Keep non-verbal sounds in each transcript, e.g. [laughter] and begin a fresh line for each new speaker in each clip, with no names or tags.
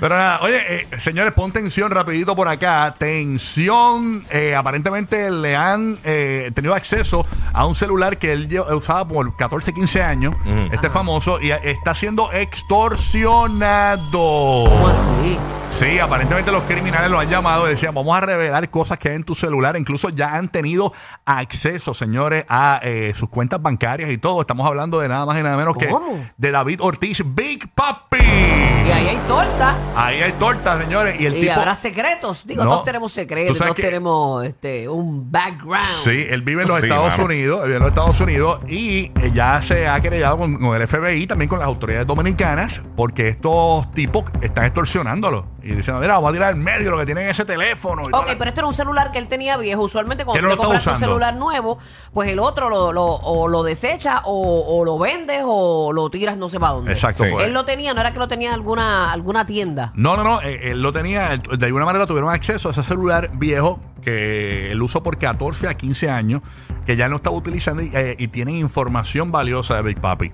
Pero nada, oye, eh, señores, pon tensión rapidito por acá. Tensión, eh, aparentemente le han eh, tenido acceso a un celular que él lle- usaba por 14, 15 años, este famoso, y eh, está siendo
¿Cómo
extorsionado.
así?
Sí, aparentemente los criminales lo han llamado y decían, vamos a revelar cosas que hay en tu celular. Incluso ya han tenido acceso, señores, a eh, sus cuentas bancarias y todo. Estamos hablando de nada más y nada menos
¿Cómo?
que de David Ortiz, Big Papi.
Y ahí hay torta.
Ahí hay tortas, señores. Y el
Y
tipo.
habrá secretos. Digo,
No.
todos tenemos
Tú
secretos,
sabes
todos
que-
tenemos este, un background.
Sí, él vive en los
Sí,
Estados
mano.
Unidos, él vive en los Estados Unidos y eh, ya se ha querellado con, con el FBI, también con las autoridades dominicanas, porque estos tipos están extorsionándolo y dicen, mira, vamos a tirar al medio lo que tienen en ese teléfono. y
Ok,
toda la-
pero este era un celular que él tenía viejo. Usualmente
Él
cuando
no lo
te
está
compras un
usando.
celular nuevo, pues el otro lo, lo, o lo desecha o, o lo vendes o lo tiras no sé para dónde.
Exacto.
Sí.
pues.
Él lo tenía, no era que lo tenía en alguna, alguna tienda.
No, no, no, eh, él lo tenía, él- de alguna manera tuvieron acceso a ese celular viejo que él usó por 14 a 15 años, que ya no estaba utilizando y, eh, y tienen información valiosa de Big Papi.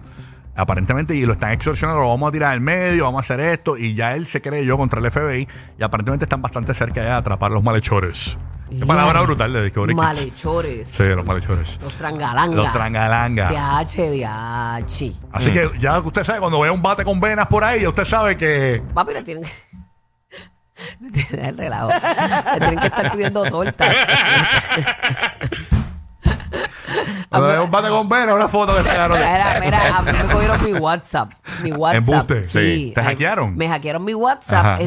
Aparentemente, y lo están extorsionando, lo vamos a tirar al medio, vamos a hacer esto, y ya él se creyó contra el FBI, y aparentemente están bastante cerca ya de atrapar los malhechores. Qué
Ya.
palabra brutal de Discovery Kids.
Malhechores.
Sí, los malhechores.
Los trangalangas.
Los trangalanga.
De H, de H.
Así que ya usted sabe, cuando vea un bate con venas por ahí, ya usted sabe que...
Papi, le tienen que. [laughs] Le tienen el relajo. Le tienen que estar pidiendo
[laughs]
torta.
Cuando vea un bate con venas, una foto que
[laughs]
sacaron de-
Mira, mira, a mí me cogieron mi WhatsApp. Mi WhatsApp.
Embuste.
Sí.
Sí. ¿Te hackearon?
Me hackearon mi WhatsApp.
Ajá.